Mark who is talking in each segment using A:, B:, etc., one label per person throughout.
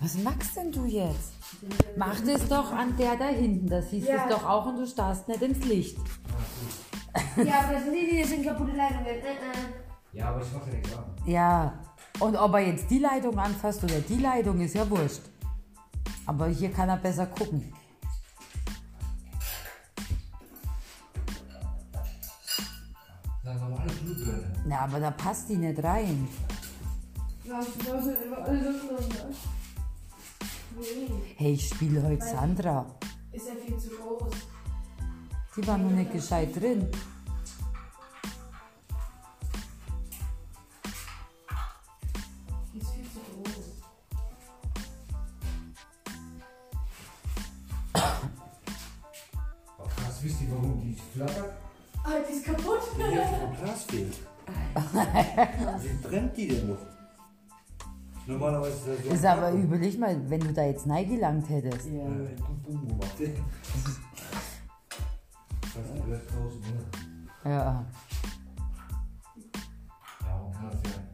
A: Was machst denn du jetzt? Mach das doch an der da hinten. Das hieß
B: Ja.
A: es doch auch und du starrst nicht ins Licht.
B: Ja, aber das sind die, die sind kaputte Leitungen. Äh, äh.
C: Ja, aber ich mache ja nichts an.
A: Ja. Und ob er jetzt die Leitung anfasst oder die Leitung, ist ja wurscht. Aber hier kann er besser gucken.
C: Dann haben wir alle Blutbirne.
A: Na, aber da passt die nicht rein.
B: Was, was,
D: ne?
B: was, was?
A: Hey, ich spiele heute Sandra.
B: Ist ja viel zu groß.
A: Die war noch nicht gescheit drin.
B: Die ist viel zu groß.
C: Auf Gras wisst ihr, warum die flattert?
B: Ah, die ist kaputt.
E: Die Hälfte vom Glas fehlt. Wie brennt die denn noch? Normalerweise ist das so.
A: Ist aber überleg mal, wenn du da jetzt Neige gelangt hättest.
E: Ja, ein Boom gemacht. Das
C: Das heißt, gehört draußen, ne?
A: Ja.
C: Ja, warum kann das sein?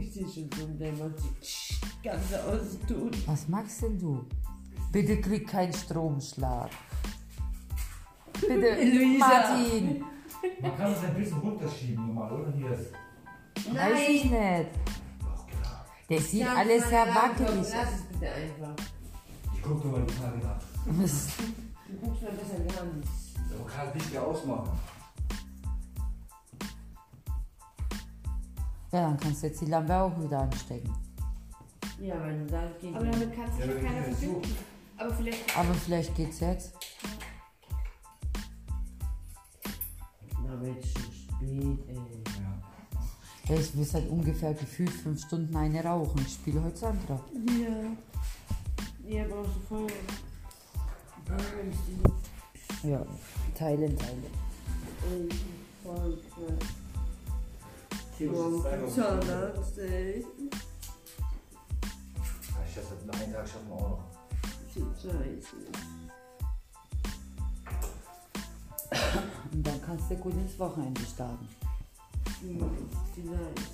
D: Ich sehe schon so, der macht sich ganz aus tun.
A: Was machst denn du? Bitte krieg keinen Stromschlag. Bitte,
D: Luisa.
A: Martin.
C: Man kann es ein bisschen runterschieben normal, oder? Hier ist.
A: Weiß ich nicht.
C: Doch, klar.
A: Der sieht
D: Ja,
A: alles
D: meine
A: sehr
D: Damen und Herren,
A: wackelig
D: Lass es bitte einfach.
C: Ich guck doch mal die Tage nach.
A: aus.
D: Du guckst mir besser gar nicht.
E: Aber kann das Licht ja ausmachen.
A: Ja, dann kannst du jetzt die Lampe auch wieder anstecken.
D: Ja, wenn du das geht.
B: Aber damit kannst du
C: Ja,
B: dich
C: wenn
B: keiner
C: ich mir
B: verbinden. Aber vielleicht
A: Aber vielleicht geht's jetzt.
D: Na, wird schon spät, ey.
C: Ja.
A: Ja, Ich will seit ungefähr gefühlt fünf Stunden eine rauchen. Ich spiele heute Sandra.
B: Ja.
D: Ja, brauchst du voll.
A: Ja, teilen, teilen.
D: Voll krass.
E: Theoretisch ist es einfach so.
D: Zahnarzt, ey.
E: Ja, Ich schätze, einen einen Tag schaffen wir auch noch.
D: Scheiße.
A: Und dann kannst du gut ins Wochenende starten.
D: Die Leist.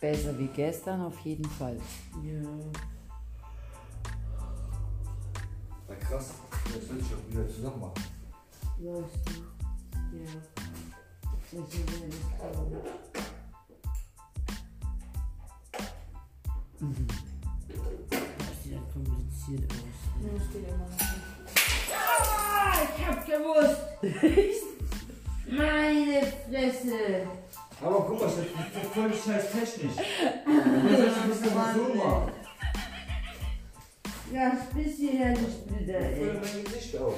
A: Besser wie gestern auf jeden Fall.
D: Ja.
E: Ja, krass. Das will ich auch wieder zusammen machen.
D: Leiste. Ja. Das ist ja nicht klar. Das sieht ja kompliziert aus.
B: Ja, steht immer noch.
D: Ah, ich hab's gewusst! Meine Fresse!
C: Aber guck mal, das ist voll die scheiß technisch. Das ist ein bisschen was so machen.
D: Ja, bisschen hergespielter,
E: Ich fülle
D: ey.
E: mein Gesicht auf.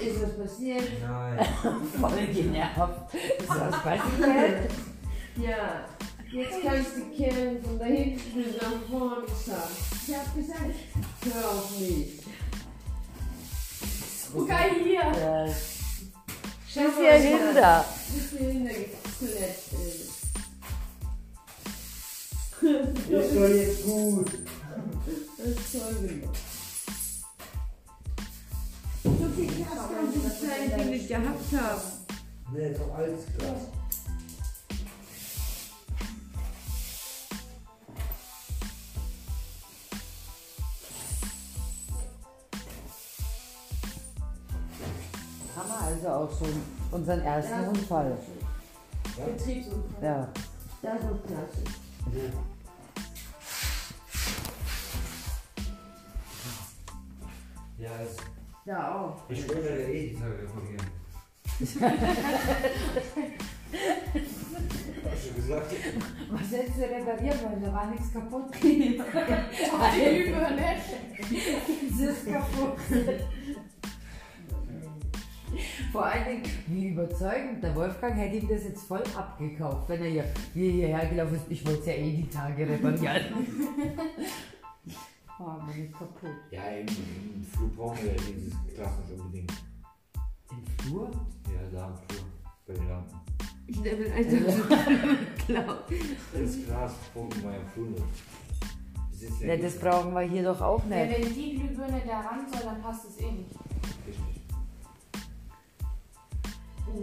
D: Ist was passiert?
E: Nein.
A: Voll genervt. Ist was passiert?
D: Ja. Jetzt kannst du kennen von da hinten bis nach vorne schauen. Ich hab gesagt, hör auf mich.
B: Guck mal hier.
A: Ja.
D: Schau
A: Bisschen hinter.
D: Bisschen hinter geknallt, ey.
E: Ist doch jetzt gut.
D: Das ist toll gemacht. So viel Glas kann ich sein, den ich gehabt habe.
E: Nee, ist doch alles klar.
A: Haben wir also auch schon unseren ersten
D: Ja.
A: Unfall.
B: Betriebsunfall.
A: Ja.
D: Das ist klasse.
C: Ja, das,
D: Da auch.
C: ich wollte ja eh die Tage reparieren.
E: Hast du gesagt?
A: Was hättest du reparieren wollen? Da war nichts kaputt.
B: Die Übel, ne?
A: Es ist kaputt. Vor allen Dingen, wie überzeugend. Der Wolfgang hätte ihm das jetzt voll abgekauft, wenn er hier, hier hierher gelaufen ist. Ich wollte es ja eh die Tage reparieren. War aber nicht kaputt.
E: Ja, im, im Flur brauchen wir ja dieses Glas nicht unbedingt.
A: Im Flur?
E: Ja, da im Flur. Bei den Lampen.
D: Ich level einfach klar.
E: Das Glas brauchen wir ja im Flur nicht. Das ist
A: Ja, das brauchen wir hier doch auch
B: Ja,
A: nicht.
B: wenn die Glühbirne da ran soll, dann passt es eh nicht.
E: ich nicht.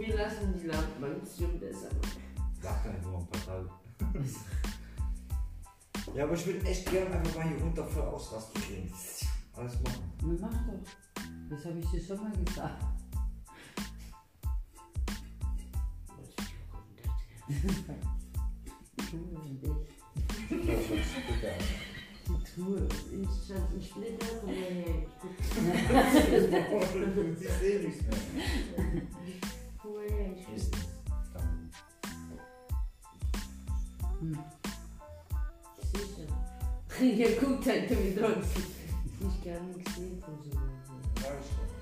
D: Wir lassen die Lampen ein bisschen besser machen.
E: Gar keine nur ein paar Tage. ja, aber ich würde echt gerne einfach mal hier runter voll ausrasten gehen. Alles machen.
A: Na, mach doch. Das habe ich dir schon mal gesagt. Du und ich. Die Tour und ich.
D: Ich hab einen Splitter von mir her.
E: Sie sehen nichts mehr.
D: Cool, Mensch.
E: Ist nichts. Dann-
D: Sicher. Ihr guckt halt damit raus. Ich kann nichts sehen von so einem.
E: Sag ich doch.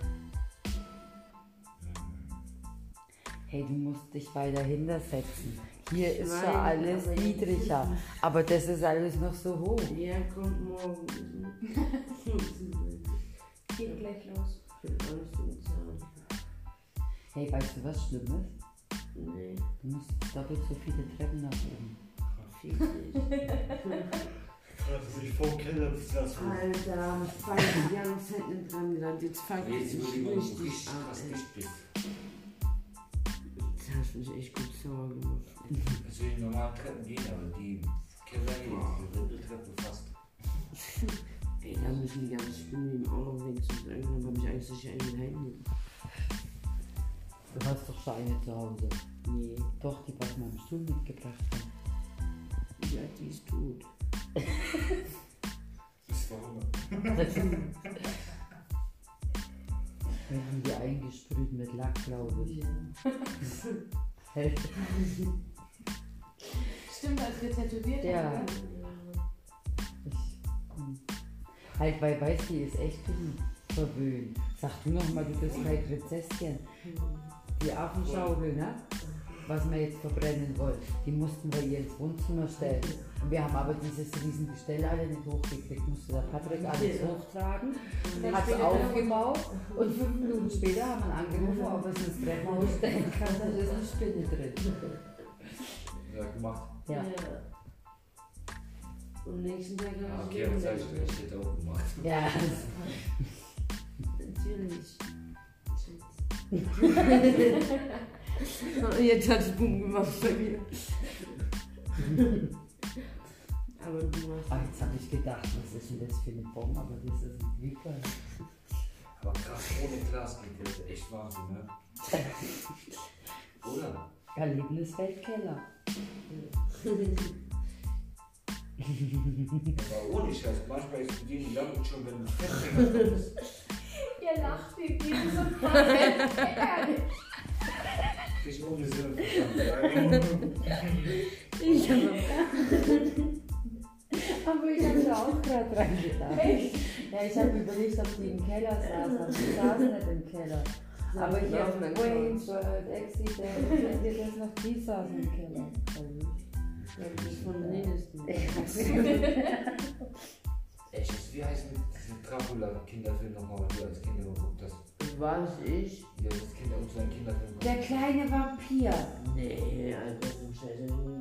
A: Hey, du musst dich weiter hintersetzen. Hier ist
D: weiß,
A: schon alles
D: aber ich-
A: niedriger. Aber das ist alles noch so hoch.
D: Ja, kommt morgen.
B: Geht gleich los.
D: Ich will alles im Zahn.
A: Hey, weißt du was Schlimmes?
D: Nee,
A: Du musst doppelt so viele Treppen nach oben.
D: fick dich.
E: Also sich vor dem Keller bis das
D: Alter, ich war die ganze Zeit halt nicht dran gerannt. Jetzt fuck
E: Jetzt
D: ich
E: würde ich
D: mich
E: mal so
D: Ah,
E: richtig
D: richtig an.
E: krass
D: ey.
E: dicht bist.
D: Jetzt hast du mich echt gut sauer gemacht.
E: Also die normalen Treppen gehen, aber die Keller hier, diese Rindeltreppe fast.
D: Ey, da müssen die ganzen Spinnen im Auto weg. Sonst irgendwann hab ich Angst, dass ich einen Handy.
A: Du hast doch schon eine zu Hause.
D: Nee,
A: Doch, die was meinem Stuhl mitgebracht hat.
D: ja, die ist tot.
E: Das war Hunger.
A: Wir haben die eingesprüht mit Lack, glaube ich. Hey,
B: Stimmt, als wir tätowiert
A: Ja.
B: haben.
A: ich- Halt, weil weißt du, die ist echt ein bisschen verwöhnt. Sag du nochmal, du bist halt Prinzesschen. Die Affenschaufel, ne? Was wir jetzt verbrennen wollen, die mussten wir ihr ins Wohnzimmer stellen. Und wir haben aber dieses riesen Gestell alle nicht hochgekriegt. Musste der Patrick alles hochtragen,
B: Dann
A: hat es
B: später-
A: aufgebaut und fünf Minuten später haben wir angerufen, ob er es ins Treppenhaus stellen kann. Da ist eine Spinne drin.
E: Ja, gemacht.
A: Ja,
D: Und am nächsten Tag
E: Ja,
D: habe ich
E: Ah, okay,
D: wieder
E: das sag ich dir, ich hätte auch gemacht.
A: ja.
D: Natürlich. Jetzt hat es Boom gemacht bei mir. Aber du machst.
A: Ah, jetzt habe ich gedacht, was ist denn das für eine Bombe, aber das ist ein Glücker.
E: Aber krass, ohne Glas geht das echt Wahnsinn, ne? Oder?
A: Erlebnisweltkeller.
E: Aber ohne Scheiß, manchmal explodieren die Lampen schon, wenn du festgehst bist.
B: Ihr lacht, ihr geht so krass.
E: Ich ohne Sinn. verstanden.
D: Ich habe
A: Aber ich habe da also auch gerade dran gedacht.
B: Echt?
A: Ja, ich habe überlegt, ob die im Keller saß, aber die saß nicht im Keller. Aber
D: die
A: hier auf
D: saßen
A: dem
D: im
A: Wayne's World, Exit, kennt ihr das noch? Die saßen im Keller.
D: von redest du.
A: Also,
E: Echt, das- wie heißt denn diese Dracula-Kinderfilm nochmal, was du als Kinder geguckt hast?
D: Was ich?
E: Ja, das Kind aus seinem Kinderfilm.
A: Der kleine Vampir.
D: Nee, einfach so scheiße.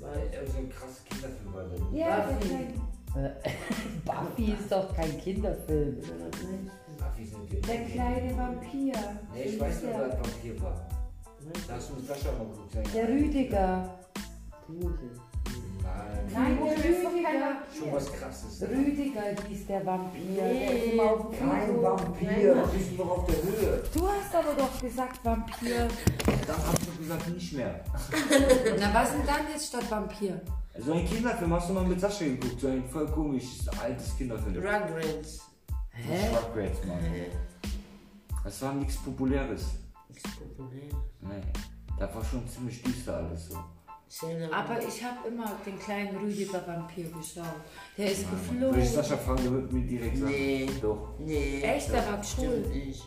E: Weil er so ein krasses Kinderfilm war. der-
A: Ja, der
D: Buffy.
A: kleine. Äh, Buffy ist doch kein Kinderfilm.
E: Ach, wie sind die?
A: Der kleine Vampir.
E: Nee, ich weiß nicht,
A: Der-
E: wer ein Vampir war. Da hast du mit Sascha mal geguckt. sein-
A: Der Rüdiger.
E: Nein.
A: Nein, der
B: Rüdiger.
A: Rüdiger.
E: Schon was krasses.
A: Rüdiger hieß der Vampir. Der ist
D: Nee.
A: immer auf dem
E: Kein
A: Friedhof.
E: Vampir, du bist noch auf der Höhe.
A: Du hast aber doch gesagt Vampir.
E: Dann hast du gesagt, nicht mehr.
A: Na, was denn dann jetzt statt Vampir?
E: So ein Kinderfilm hast du mal mit Sascha geguckt. So ein voll komisches, altes Kinderfilm.
D: Rugrats.
A: Hä?
E: Rugrats, Mann. Das war nichts Populäres.
D: Ist populär.
E: Nee. Da war schon ziemlich düster alles so.
F: Aber ich habe immer den kleinen Rüdiger Vampir geschaut. Der ist
E: Würde ich
F: geflogen.
E: Sascha fragen, der würde mir direkt sagen.
D: Nee.
E: Doch,
D: Nee.
F: Echt, der war
D: Stimmt
F: cool.
D: nicht.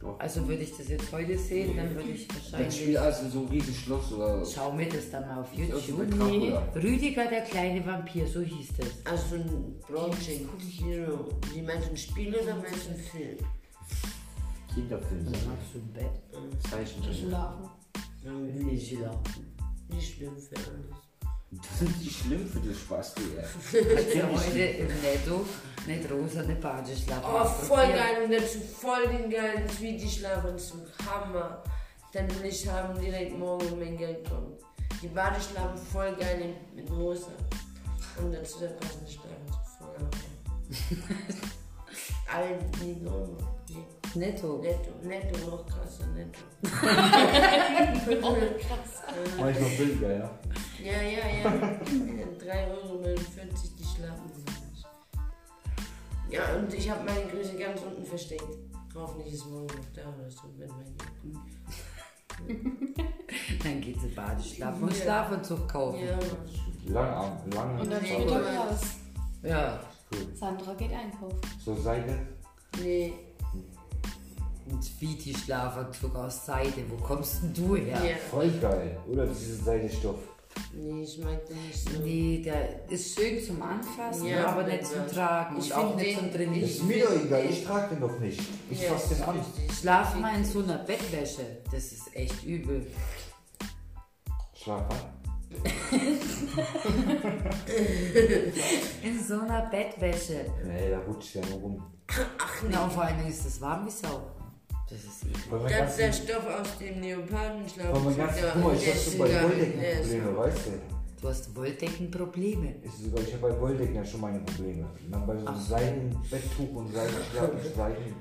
E: doch.
F: Also würde ich das jetzt heute sehen, dann würde ich
E: Dann
F: wahrscheinlich...
E: spielt alles in also so einem riesen Schloss oder
F: Schau mir das dann mal auf
E: irgendwie
F: YouTube.
E: Dracula.
F: Rüdiger, der kleine Vampir, so hieß das.
D: Also ein Project Hero. Die meinten Spiel oder meinst du einen Film?
E: Kinderfilm.
A: Was machst du im Bett?
E: Zeichenfilm.
F: Schlafen.
D: Irgendwie
A: Nicht schlafen.
D: nicht schlimm für alles.
E: Das ist nicht schlimm für den Spaß, Digga.
F: Ja, heute im Netto nicht rosa, eine Bade schlafen.
D: Oh, voll geil und dazu voll den geilen Tweety-Schlafanzug. Hammer. Dann will ich haben, direkt morgen wenn um mein Geld kommt. Die Badeschlappen voll geil mit Soße. Und dazu der passende Stern. Voll geil. All die Nomen. Die
A: Netto.
D: Netto, netto, noch krasser, netto.
G: Mach ich noch billiger, ja?
D: ja, ja, ja. 3,49 Euro die Schlappen. Ja, und ich habe meine Größe ganz unten versteckt. Hoffentlich ist morgen noch da oder so, wenn mein
A: Dann geht sie Badeschlappen und
D: Ja.
A: Schlafanzug kaufen.
D: Ja,
E: Langarm,
H: Und dann
E: lange
D: Nee.
H: geht er raus.
A: Ja,
H: Sandra geht einkaufen.
E: So Seide.
D: nee.
A: ein Speedy-Schlafanzug aus Seide. Wo kommst denn du her?
D: Ja.
E: Voll geil. Oder dieses Seidestoff.
D: Nee, ich mag den nicht so.
A: Nee, der ist schön zum Anfassen,
D: Ja,
A: aber
D: den
A: nicht zum
D: weiß.
A: Tragen.
D: Ich
A: und auch
D: find
A: nicht
D: den-
A: zum Trainieren.
D: ich-
E: Ist mir doch egal, ich trage den doch nicht. Ich
D: Ja,
E: fass den an.
D: richtig.
A: Schlaf mal in so einer Bettwäsche. Das ist echt übel.
E: Schlaf an.
A: In so einer Bettwäsche.
E: Nee, da rutscht der nur rum.
A: Na, und vor allen Dingen ist es warm wie Sau. Das ist eh- eklig.
E: Wollen wir
D: Ganz
E: ganz,
D: der Stoff aus dem Leopardenschlauch.
E: wollen wir ganz,
D: der-
E: guck mal, ich
D: der
E: hab
D: ist
E: schon bei
D: sogar-
E: Wolldecken
D: der ist-
E: Probleme, weißt du?
A: Du hast Wolldeckenprobleme.
E: Ist sogar, ich habe bei Wolldecken ja schon meine Probleme. Und dann bei so einem Seidenbetttuch und Seidenschlappen, Seiden.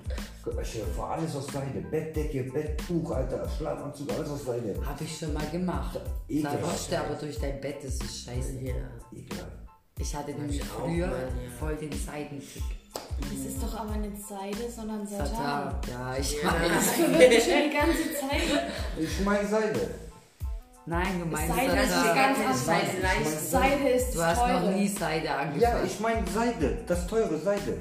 E: Ich höre alles aus Seide. Bettdecke, Betttuch, Alter, Schlafanzug, alles aus Seide.
A: Hab ich schon mal gemacht. Da
E: Ekelhaft.
A: rutscht er aber durch dein Bett, das ist scheiße.
D: Ja.
E: Egal.
A: Ich hatte nämlich
D: ich auch mal,
A: früher
D: ja.
A: voll den Seidentick.
B: Das ist doch aber nicht Seide, sondern Satan.
A: Satan. Ja, ich
D: Ja.
B: Das verwirrt mich schon die ganze Zeit.
E: Ich meine Seide.
A: Nein, du meinst
B: Seide ist
A: Satan.
B: ganz
A: Ich
B: anders.
A: weiß,
D: Seide leisten.
B: Seide ist
A: Du
B: das
A: hast noch
B: Teure.
A: nie Seide
E: Ja,
A: angefasst.
E: ich meine Seide. Das teure Seide.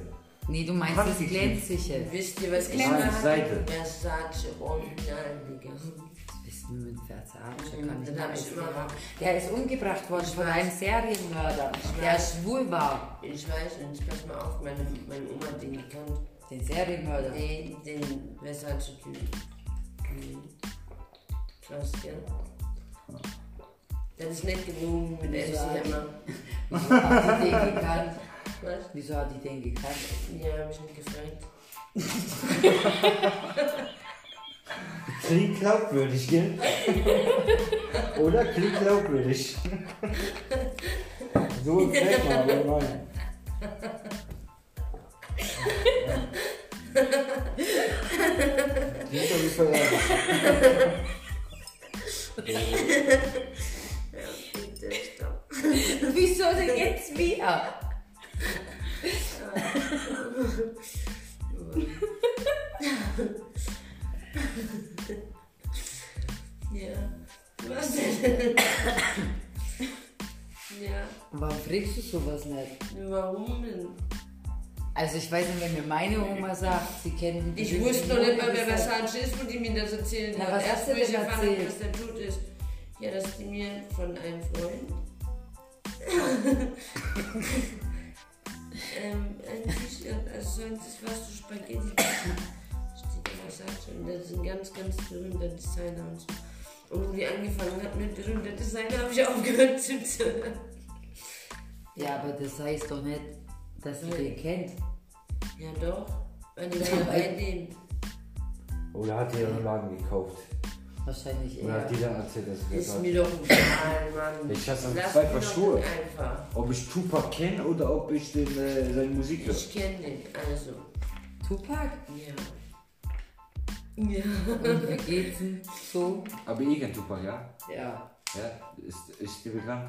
A: Nee, du meinst
E: Hab
A: das
E: ich
A: Glänzliche.
D: Wisst ihr, was ich
E: Nein,
D: mache?
E: Seide.
D: Versace Original, Digga.
A: Bist du mit Versace?
D: Mhm,
A: Kann ich
D: den hab ich
A: nicht
D: immer
A: mehr.
D: noch.
A: Der ist umgebracht worden von einem Serienmörder, der
D: weiß.
A: schwul war.
D: Ich weiß nicht, pass mal auf, meine, meine Oma hat den gekannt.
A: Den
D: Ah,
A: Serienmörder.
D: Den, den Versace-Typen. Mhm. Krass, gell? Das ist nicht genug mit der
A: Ja.
D: ist immer.
A: Wieso hat die den gekannt?
D: Was?
A: Wieso hat die den gekannt?
D: Ja, hab ich nicht gefragt.
E: Klingt glaubwürdig, gell? Oder klingt glaubwürdig. so gefällt man aber nein. Die ist doch nicht verärgert.
D: Fick dich doch.
A: Wieso denn jetzt wieder?
D: Ja. Was denn? ja.
A: Warum fragst du sowas nicht?
D: Warum denn?
A: Also ich weiß nicht, wenn mir meine Oma sagt, sie kennen die
D: Ich
A: sind
D: wusste
A: die
D: noch nicht
A: Mode
D: mal, wer
A: gesagt.
D: Versace ist, wo die mir das erzählen
A: Na,
D: hat.
A: was hast
D: Erst
A: du
D: wo ich
A: denn
D: erfahren habe,
A: erzählt?
D: dass der tot ist. Ja, dass die mir von einem Freund ähm, also ein T-Shirt als sonst was zu Spaghetti steht da Versace und das ist ein ganz, ganz berühmter Designer und so. Und wo die angefangen hat mit berühmter Designer, habe ich aufgehört zu zählen.
A: Ja, aber das heißt doch nicht, dass sie
D: Nee.
A: den kennt.
D: Ja doch, weil die waren ja bei dem.
E: Oder hat die einen Laden gekauft?
A: Wahrscheinlich
E: Oder
A: eher.
E: hat die dann erzählt, dass ich
D: Ist
E: das
D: mir doch egal, Mann.
E: Ich hasse
D: Lass
E: zwei
D: mich doch
E: Verschwur.
D: Einfach.
E: Ob ich Tupac kenne oder ob ich den, äh, seine Musik höre?
D: Ich kenne den, also.
A: Tupac?
D: Ja. Ja.
A: Und wie geht's denn so?
E: Aber eh kein Tupac, ja?
A: Ja.
E: Ja? Ist, ist dir bekannt?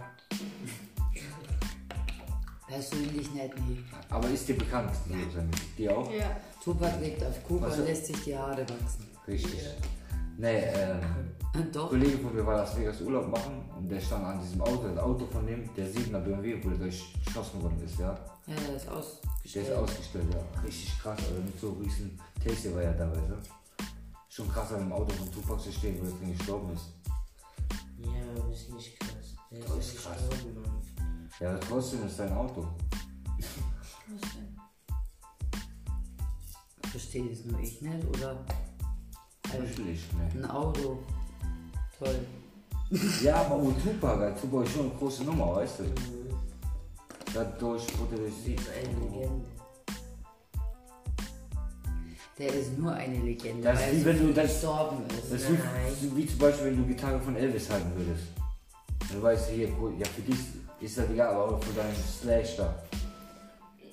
A: Persönlich nicht nie.
E: Aber ist dir bekannt, so seine Musik? Die auch?
B: Ja.
A: Tupac lebt auf Kuba
E: Also-
A: und lässt sich die Haare wachsen.
E: Richtig. Nee, ähm.
A: Und
E: Ein
A: doch,
E: Kollege von mir war Las Vegas Urlaub machen und der stand an diesem Auto, das Auto von dem, der 7er BMW, wo der durchgeschossen worden ist, ja.
A: ja, der ist
E: Der
A: äh, ausgestellt.
E: ist ausgestellt, ja. Richtig krass, also mit so riesen Taxi war ja dabei, ne? Schon krass, an dem Auto von Tupac zu stehen, wo der drin gestorben ist.
D: Ja, aber ist nicht krass. Der
E: Das
D: ist
E: ist
D: ja
E: krass.
D: gestorben, Mann.
E: Ja, aber trotzdem ist sein Auto.
A: Verstehe das nur ich nicht, oder? Also,
E: Natürlich, ne?
A: ein Auto. Toll.
E: Ja, aber wo Tupac, ja, Tupac ist schon eine große Nummer, weißt du?
D: Mhm.
E: Dadurch wurde der Sieg.
D: Ist eine Legende.
A: Der ist nur eine Legende,
E: Das
A: weil
E: ist wie
A: er
E: wenn
A: so
E: du
A: früh
E: das-
A: gestorben ist.
E: Das ist wie, wie zum Beispiel, wenn du Gitarre von Elvis halten würdest. Du weißt hier, cool, ja für dich ist das egal, aber auch für deinen Slash da.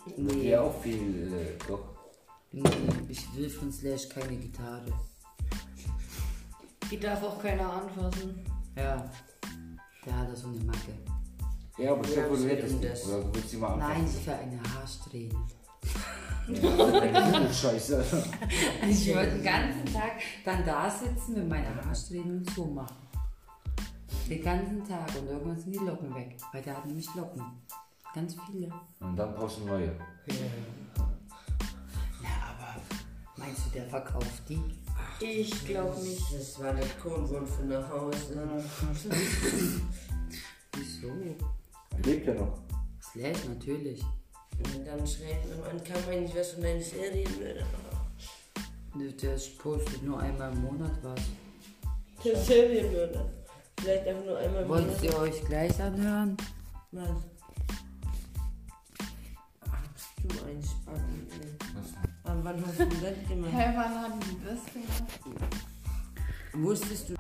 E: Wird
A: Nee.
E: dir auch viel, äh, doch.
A: Nee, ich will von Slash keine Gitarre.
B: Die darf auch keiner anfassen.
A: Ja. Der hat da so eine Macke.
E: Ja, aber stell dir vor, du
D: es geht
E: hättest
D: um
E: das.
D: das.
E: Oder du würdest sie mal
A: Nein,
E: anfangen.
A: ich will eine Haarsträhne.
E: Nein. Scheiße.
A: Also Ich würde den ganzen Tag dann da sitzen mit meiner Haarsträhne und so machen. Den ganzen Tag und irgendwann sind die Locken weg, weil der hat nämlich Locken. Ganz viele.
E: Und dann brauchst du neue.
D: Mhm.
A: Na, aber meinst du, der verkauft die?
B: Ich glaube nicht.
D: Das war der Kornwurm von nach Hause.
A: Wieso?
E: Lebt ja noch.
A: Slash natürlich.
D: Und dann schreibt man, man kann eigentlich was von deinen Serien. äh,
A: Der- Der postet nur einmal im Monat was.
D: Der Serienmörder. Vielleicht einfach nur einmal
A: Wollt ihr euch gleich anhören?
D: Was? Hast du einen Spaten? Wann hast du das gemacht?
B: Hey, wann haben die das gemacht?
A: Wusstest du,